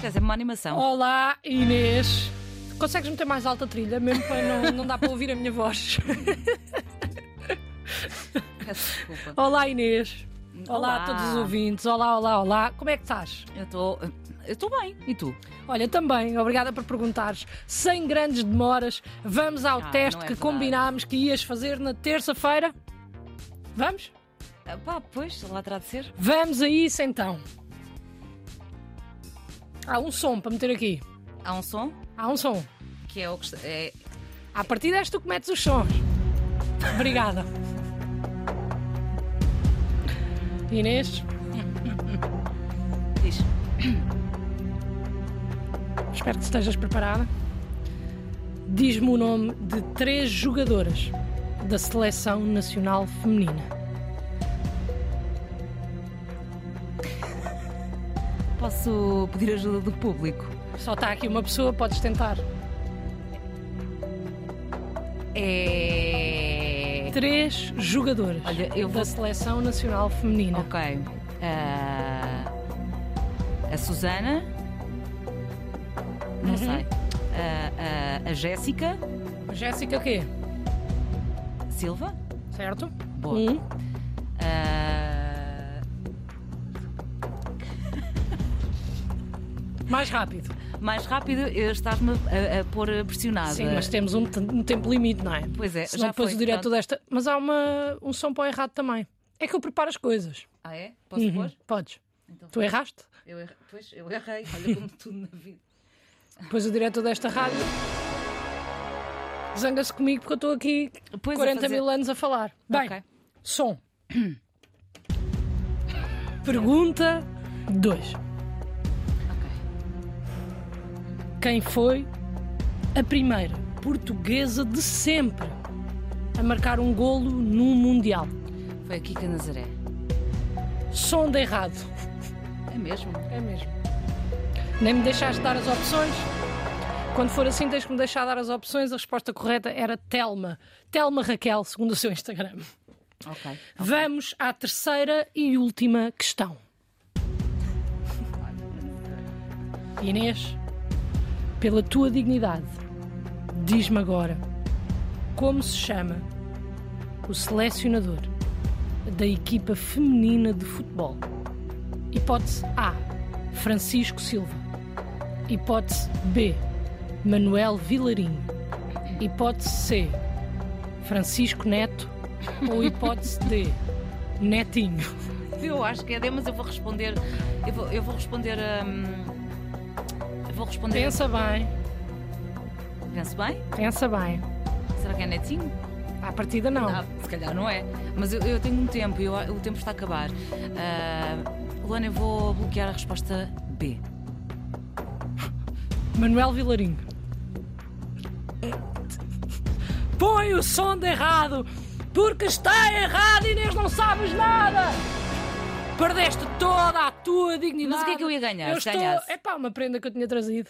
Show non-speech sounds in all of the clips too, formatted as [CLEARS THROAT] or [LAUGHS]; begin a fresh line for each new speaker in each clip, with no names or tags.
Quer dizer, uma animação.
Olá, Inês. Consegues meter mais alta a trilha, mesmo para não, não dar para ouvir a minha voz? [LAUGHS]
Peço desculpa.
Olá, Inês. Olá,
Olá.
a todos os ouvintes. Olá, olá, olá. Como é que estás?
Eu estou. Eu estou bem. E tu?
Olha, também, obrigada por perguntares. Sem grandes demoras, vamos ao
Ah,
teste
não é
que
verdade.
combinámos que ias fazer na terça-feira. Vamos?
Ah, Pá, pois, lá terá de ser.
Vamos a isso então. Há um som para meter aqui.
Há um som
Há um som.
que é o que. está- É...
A partir deste tu que metes os sons. Obrigada. Inês,
Diz.
espero que estejas preparada. Diz-me o nome de três jogadoras da Seleção Nacional Feminina.
Posso pedir ajuda do público?
Só está aqui uma pessoa, podes tentar.
É.
Três jogadoras
Olha, eu vou-
da Seleção Nacional Feminina.
Ok. Ah, A Susana. Não sei. Ah, ah, a Jéssica
Jéssica, o quê?
Silva.
Certo?
Boa.
Um.
Ah,
Mais rápido.
mais rápido, eh, estás-me a, a pôr pressionada.
Sim, mas temos um, te- um tempo limite, não é?
Pois é,
Senão
já
depois
foi,
o direto
pronto.
desta. Mas há uma, um som para o errado também. É que eu preparo as coisas.
Ah, é? Posso
Uhum,
pôr?
Podes.
Então.
Tu erraste?
Eu errei. Pois, eu errei. Olha como [LAUGHS] tudo na vida.
Depois o diretor desta rádio zanga-se comigo porque eu estou aqui
Pois, a
40
fazer-
mil anos a falar. Bem,
Ok.
som. Pergunta 2.
Ok.
Quem foi a primeira portuguesa de sempre a marcar um golo num Mundial?
Foi aqui que a Nazaré.
Som de errado.
É mesmo?
É mesmo. Nem me deixaste dar as opções. Quando for assim, tens que me deixar dar as opções. A resposta correta era Telma. Telma Raquel, segundo o seu Instagram.
Ok.
Vamos à terceira e última questão. Inês, pela tua dignidade, diz-me agora como se chama o selecionador da equipa feminina de futebol. Hipótese A: Francisco Silva. Hipótese B: Manuel Vilarinho. Hipótese C: Francisco Neto. Ou hipótese D:
[LAUGHS]
Netinho.
Eu acho que é D, mas eu vou responder. Eu vou, eu vou responder. hum, eu vou responder.
Pensa bem,
Penso bem?
pensa bem.
Será que é netinho?
À partida, não.
Ah, se calhar não é. Mas eu, eu tenho um tempo e eu- o tempo está a acabar. Ah, Luana, eu vou bloquear a resposta B.
Manuel Vilarinho. Põe o som de errado, porque está errado, Inês, não sabes nada! Perdeste toda a tua dignidade.
Mas o que é que eu ia ganhar,
Eu
se
estou...
ganhasse?
É pá, uma prenda que eu tinha trazido.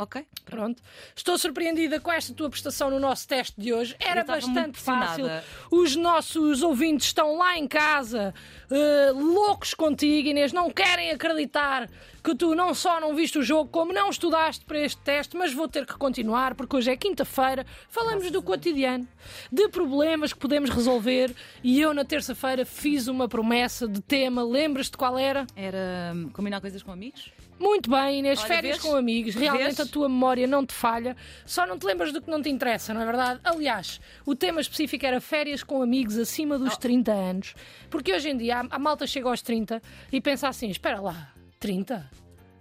Ok?
Pronto. Estou surpreendida com esta tua prestação no nosso teste de hoje. Era
Eu estava muito
bastante fácil.
impressionada.
Os nossos ouvintes estão lá em casa, eh, loucos contigo, Inês. Não querem acreditar que tu não só não viste o jogo, como não estudaste para este teste, mas vou ter que continuar, porque hoje é quinta-feira. Falamos do cotidiano, de problemas que podemos resolver. E eu, na terça-feira, fiz uma promessa de tema. Lembras-te qual era?
Era hum, combinar coisas com amigos?
Muito bem, Inês,
Olha,
férias
vês?
com amigos, realmente
Vês?
a tua memória não te falha, só não te lembras do que não te interessa, não é verdade? Aliás, o tema específico era férias com amigos acima
Oh.
dos 30 anos, porque hoje em dia a, a malta chega aos 30 e pensa assim: espera lá, 30?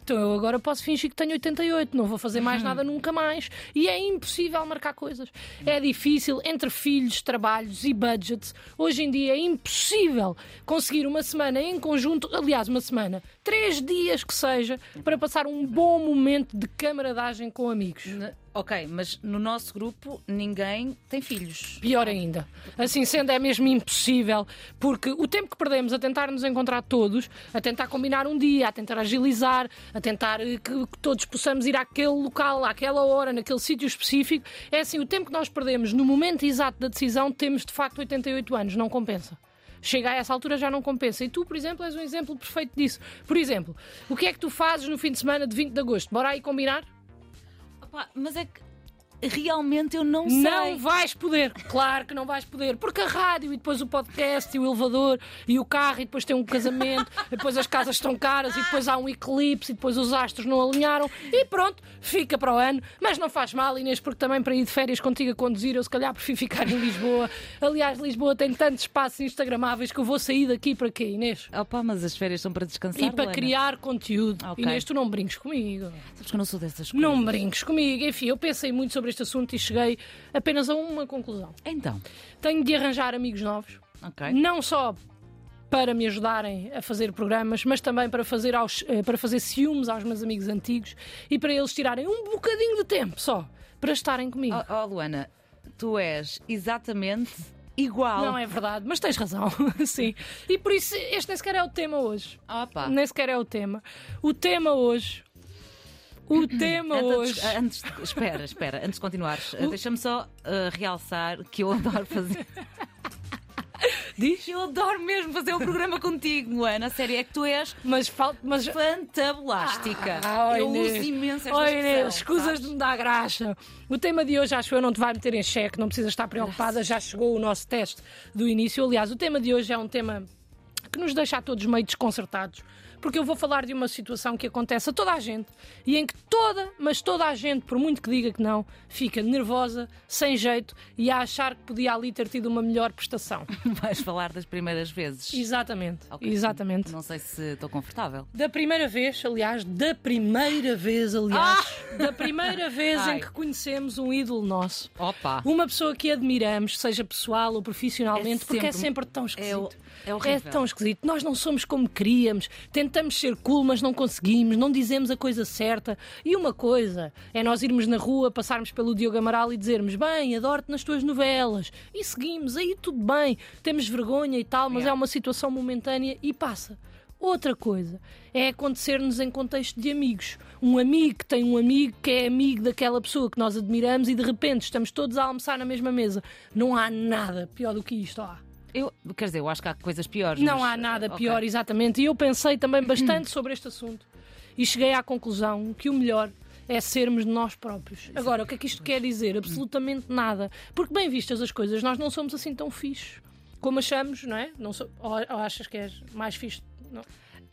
Então eu agora posso fingir que tenho 88, não vou fazer mais nada nunca mais. E é impossível marcar coisas. É difícil entre filhos, trabalhos e budgets. Hoje em dia é impossível conseguir uma semana em conjunto, aliás, uma semana, três dias que seja, para passar um bom momento de camaradagem com amigos.
N- Ok, mas no nosso grupo ninguém tem filhos.
Pior ainda. Assim sendo, é mesmo impossível, porque o tempo que perdemos a tentar nos encontrar todos, a tentar combinar um dia, a tentar agilizar, a tentar eh, que, que todos possamos ir àquele local, àquela hora, naquele sítio específico, é assim, o tempo que nós perdemos no momento exato da decisão, temos de facto 88 anos, não compensa. chega a essa altura já não compensa. E tu, por exemplo, és um exemplo perfeito disso. Por exemplo, o que é que tu fazes no fim de semana de 20 de agosto? Bora aí combinar?
Opa, mas é que realmente eu não, sei.
Não vais poder, claro que não vais poder, porque a rádio e depois o podcast e o elevador e o carro e depois tem um casamento, [LAUGHS] e depois as casas estão caras e depois há um eclipse e depois os astros não alinharam e pronto, fica para o ano. Mas não faz mal, Inês, porque também para ir de férias contigo a conduzir, eu se calhar prefiro ficar em Lisboa. Aliás, Lisboa tem tantos espaços instagramáveis que eu vou sair daqui para quê, Inês?
Opa, mas as férias são para descansar.
E para
Luana.
criar conteúdo.
Ok.
Inês, tu não brinques comigo.
Sabes que eu não sou dessas coisas.
Não brinques comigo. Enfim, eu pensei muito sobre este assunto e cheguei apenas a uma conclusão.
Então, Hum.
Tenho de arranjar amigos novos,
ok.
não só para me ajudarem a fazer programas, mas também para fazer, aos- eh, para fazer ciúmes aos meus amigos antigos e para eles tirarem um bocadinho de tempo só para estarem comigo.
Oh, oh, Luana, tu és exatamente igual.
Não é verdade, mas tens razão, [LAUGHS] sim. E por isso, este nem sequer é o tema hoje.
Opa.
Nem sequer é o tema. O tema hoje. O tema hoje.
Antes, antes- espera, espera, antes de continuares, eh, deixa-me só eh, realçar que eu adoro fazer.
Diz?
[LAUGHS] Eu adoro mesmo fazer o programa contigo, Luana. A sério, é que tu és
Mas falta. Mas...
fantabulástica.
Ah, oh,
eu
Inês.
uso imenso esta
Oh,
expressão,
Inês, escusas
sabes?
de me dar graxa. O tema de hoje, acho eu, não te vai meter em xeque, não precisas estar preocupada, já chegou o nosso teste do início. Aliás, o tema de hoje é um tema que nos deixa a todos meio desconcertados, porque eu vou falar de uma situação que acontece a toda a gente e em que toda, mas toda a gente, por muito que diga que não, fica nervosa, sem jeito e a achar que podia ali ter tido uma melhor
[LAUGHS]
prestação.
Vais falar das primeiras vezes.
Exatamente,
Ok.
exatamente.
Não sei se estou confortável.
Da primeira vez, aliás, da primeira vez, aliás, [LAUGHS] da primeira vez
Ah! Ai.
em que conhecemos um ídolo nosso.
Opa!
Uma pessoa que admiramos, seja pessoal ou profissionalmente,
É
porque é
sempre-
sempre tão esquisito.
é horrível.
tão esquisito. Nós não somos como queríamos, tentamos ser cool, mas não conseguimos, não dizemos a coisa certa. E uma coisa é nós irmos na rua, passarmos pelo Diogo Amaral e dizermos: Bem, adoro-te nas tuas novelas. E seguimos, aí tudo bem, temos vergonha e tal, mas
Yeah.
é uma situação momentânea e passa. Outra coisa é acontecer-nos em contexto de amigos. Um amigo que tem um amigo que é amigo daquela pessoa que nós admiramos e de repente estamos todos a almoçar na mesma mesa. Não há nada pior do que isto. Há.
Eu, quer dizer, eu acho que há coisas piores.
Não
mas-
há nada
ok.
pior, exatamente. E eu pensei também bastante [CLEARS THROAT] sobre este assunto e cheguei à conclusão que o melhor é sermos nós próprios. Agora, o que é que isto quer dizer? Absolutamente nada. Porque, bem vistas as coisas, nós não somos assim tão fixos como achamos, não é? Não sou... ou, ou achas que és mais fixe não.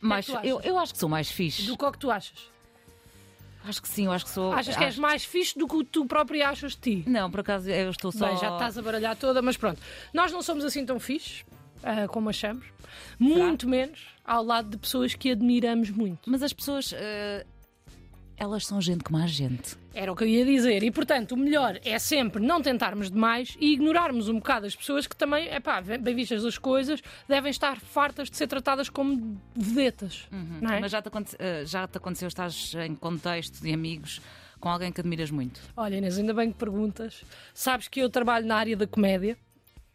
Mas
O que é que tu
eu,
achas?
eu acho que sou mais fixe.
do que o que tu achas?
Acho que sim, eu Oh, acho que sou.
Achas que és mais fixe do que tu próprio achas de ti?
Não, por acaso eu estou só.
Bem, já te estás a baralhar toda, mas pronto. Nós não somos assim tão fixes ah, como achamos, muito menos ao lado de pessoas que admiramos muito.
Mas as pessoas. eh, Elas são gente como a gente.
Era o que eu ia dizer. E, portanto, o melhor é sempre não tentarmos demais e ignorarmos um bocado as pessoas que também, é pá, bem vistas as coisas, devem estar fartas de ser tratadas como vedetas. Não é?
Mas já te, aconte- eh, já te aconteceu, estás em contexto de amigos com alguém que admiras muito.
Olha, Inês, ainda bem que perguntas. Sabes que eu trabalho na área da comédia.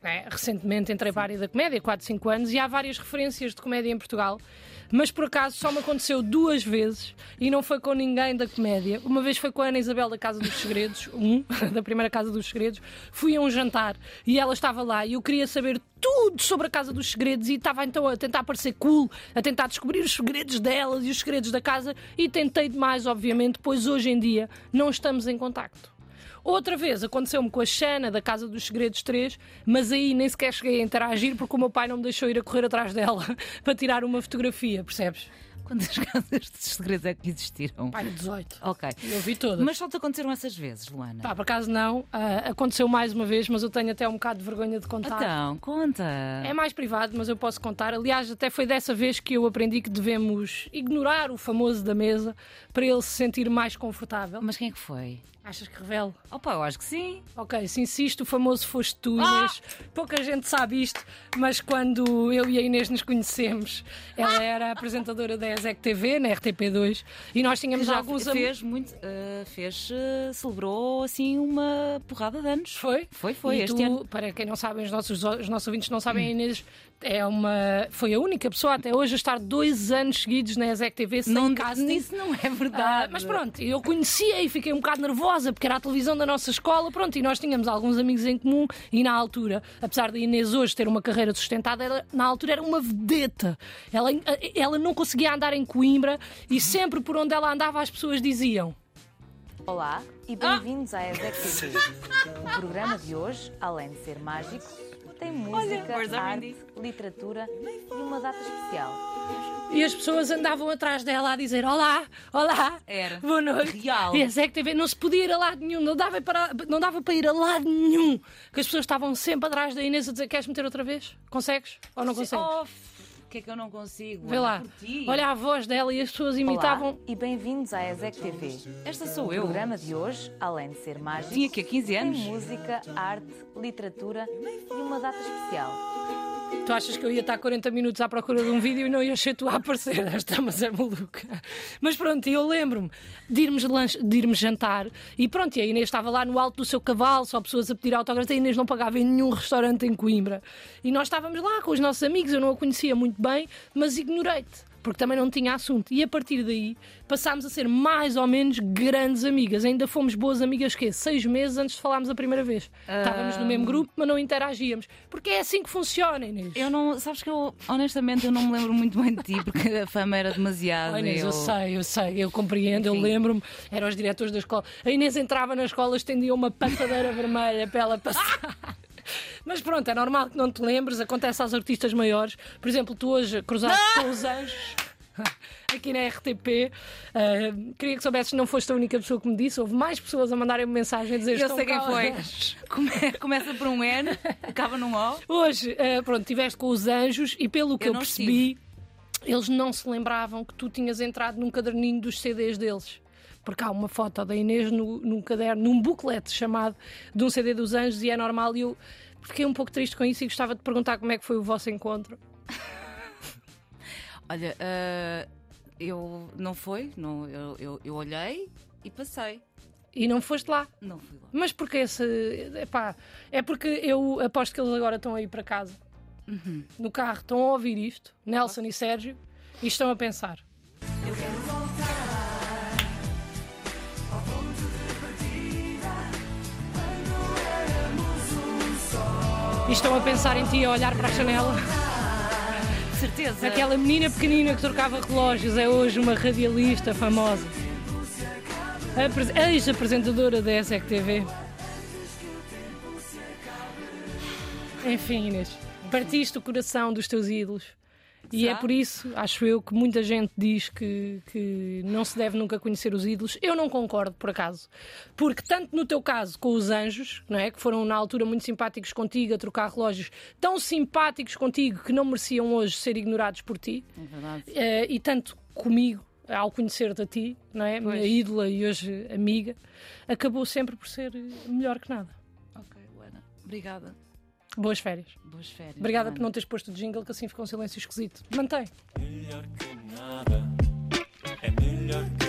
né? Recentemente entrei para a área da comédia, 4, 5 anos, e há várias referências de comédia em Portugal, mas por acaso só me aconteceu duas vezes e não foi com ninguém da comédia. Uma vez foi com a Ana Isabel da Casa dos Segredos, [LAUGHS] um, da primeira Casa dos Segredos. Fui a um jantar e ela estava lá e eu queria saber tudo sobre a Casa dos Segredos e estava então a tentar parecer cool, a tentar descobrir os segredos delas e os segredos da casa e tentei demais, obviamente, pois hoje em dia não estamos em contacto. Outra vez aconteceu-me com a Xana da Casa dos Segredos 3, mas aí nem sequer cheguei a interagir porque o meu pai não me deixou ir a correr atrás dela [LAUGHS] para tirar uma fotografia, percebes?
Quantas [LAUGHS] casas de segredos é que existiram?
Pai, 18.
Ok.
Eu vi todas.
Mas só te aconteceram essas vezes, Luana.
Pá, por acaso não, ah, aconteceu mais uma vez, mas eu tenho até um bocado de vergonha de contar.
Então, conta.
É mais privado, mas eu posso contar. Aliás, até foi dessa vez que eu aprendi que devemos ignorar o famoso da mesa para ele se sentir mais confortável.
Mas quem é que foi?
Achas que revelo?
Opa, eu acho que sim.
Ok, se insisto, o famoso foste tu,
Ah!
Inês. Pouca gente
Ah!
sabe isto, mas quando eu e a Inês nos conhecemos, ela era a apresentadora da Zezek TV, na RTP2, e nós tínhamos
Já
alguns
fe-
amigos.
fez muito. eh, fez. eh, celebrou assim uma porrada de anos.
Foi?
Foi, foi,
E
este
tu,
ano. Hum.
Para quem não sabe, os nossos, os nossos ouvintes não sabem, a Inês é uma, foi a única pessoa até hoje a estar dois anos seguidos na Ezec TV sem
Não,
casting.
isso não é
Ah,
verdade.
mas pronto, eu conhecia e fiquei um bocado nervosa porque era a televisão da nossa escola, pronto, e nós tínhamos alguns amigos em comum e na altura, apesar da Inês hoje ter uma carreira sustentada, ela na altura era uma vedeta. Ela, ela não conseguia andar em Coimbra e sempre por onde ela andava as pessoas diziam.
Olá e bem-vindos à Ezek TV. O programa de hoje, além de ser mágico, tem música,
pois é,
arte,
Mandy.
literatura e uma data especial.
E as pessoas andavam atrás dela a dizer Olá, olá,
Era.
boa noite.
Real.
E a Zé TV não se podia ir a lado nenhum, não dava, para, não dava para ir a lado nenhum. Que as pessoas estavam sempre atrás da Inês a dizer Queres meter outra vez? Consegues? Ou não consegues?
Oh, f- o que é que eu não consigo?
Vê
Olha
lá,
por ti.
olha a voz dela e as pessoas
Olá
imitavam.
e bem-vindos à Ezek TV.
esta sou
O
eu.
programa de hoje, além de ser mágico,
Tinha aqui há 15
tem
anos.
música, arte, literatura e uma data especial.
Tu achas que eu ia estar 40 minutos à procura de um vídeo e não ia ser tu a aparecer? Esta, mas é maluca. Mas pronto, e eu lembro-me de irmos, lanche- de irmos jantar e pronto, e a Inês estava lá no alto do seu cavalo, só pessoas a pedir autógrafos. A Inês não pagava em nenhum restaurante em Coimbra. E nós estávamos lá com os nossos amigos, eu não a conhecia muito bem, mas ignorei-te. porque também não tinha assunto. E a partir daí passámos a ser mais ou menos grandes amigas. Ainda fomos boas amigas que seis meses antes de falarmos a primeira vez. Estávamos no mesmo grupo, mas não interagíamos. Porque é assim que funciona, Inês.
Eu não, sabes que eu, honestamente, eu não me lembro muito bem de ti porque a fama era demasiado.
Oh, Inês, eu...
eu-
sei, eu sei, eu compreendo, eu
Enfim.
lembro-me, eram os diretores da escola. A Inês entrava na escola, estendia uma passadeira [LAUGHS] vermelha para ela passar. [LAUGHS] Mas pronto, é normal que não te lembres, acontece aos artistas maiores. Por exemplo, tu hoje cruzaste com os anjos. [LAUGHS] Aqui na RTP, Ah, queria que soubesses que não foste a única pessoa que me disse. Houve mais pessoas a mandarem-me mensagem a dizer
Eu
"Estão
sei quem
cá
[LAUGHS]
[LAUGHS]
foi.
os anjos."
Come- começa por um N, acaba num O.
Hoje, eh, pronto, estiveste com os anjos e pelo que
Eu
eu,
não
percebi, eles não se lembravam que tu tinhas entrado num caderninho dos CDs deles. Porque há uma foto da Inês no, num caderno, num booklet chamado de um CD dos anjos e é normal. E eu fiquei um pouco triste com isso e gostava de perguntar como é que foi o vosso encontro.
Olha, ah, eu não foi, não, eu, eu, eu olhei e passei.
E não foste lá.
Não fui lá.
Mas porque esse. Epá, é porque eu aposto que eles agora estão aí para casa, no carro, estão a ouvir isto, Nelson e Sérgio, e estão a pensar. E estão a pensar em ti e a olhar para a janela.
De certeza.
Aquela menina pequenina que trocava relógios é hoje uma radialista famosa. A pres- Ex-apresentadora da SEC TV. Enfim, Inês, partiste o coração dos teus ídolos. E
Será?
é por isso, acho eu, que muita gente diz que, que não se deve nunca conhecer os ídolos. Eu não concordo, por acaso. Porque tanto no teu caso com os anjos, não é? que foram na altura muito simpáticos contigo a trocar relógios, tão simpáticos contigo que não mereciam hoje ser ignorados por ti,
É verdade.
eh, e tanto comigo, ao conhecer-te a ti, não é? minha
Pois.
ídola e hoje amiga, acabou sempre por ser eh, melhor que nada.
Ok, Luana. Obrigada.
Boas férias.
Boas férias.
Obrigada por
Luana.
não teres posto o jingle, que assim ficou um silêncio esquisito. Mantém.
Melhor que nada, é melhor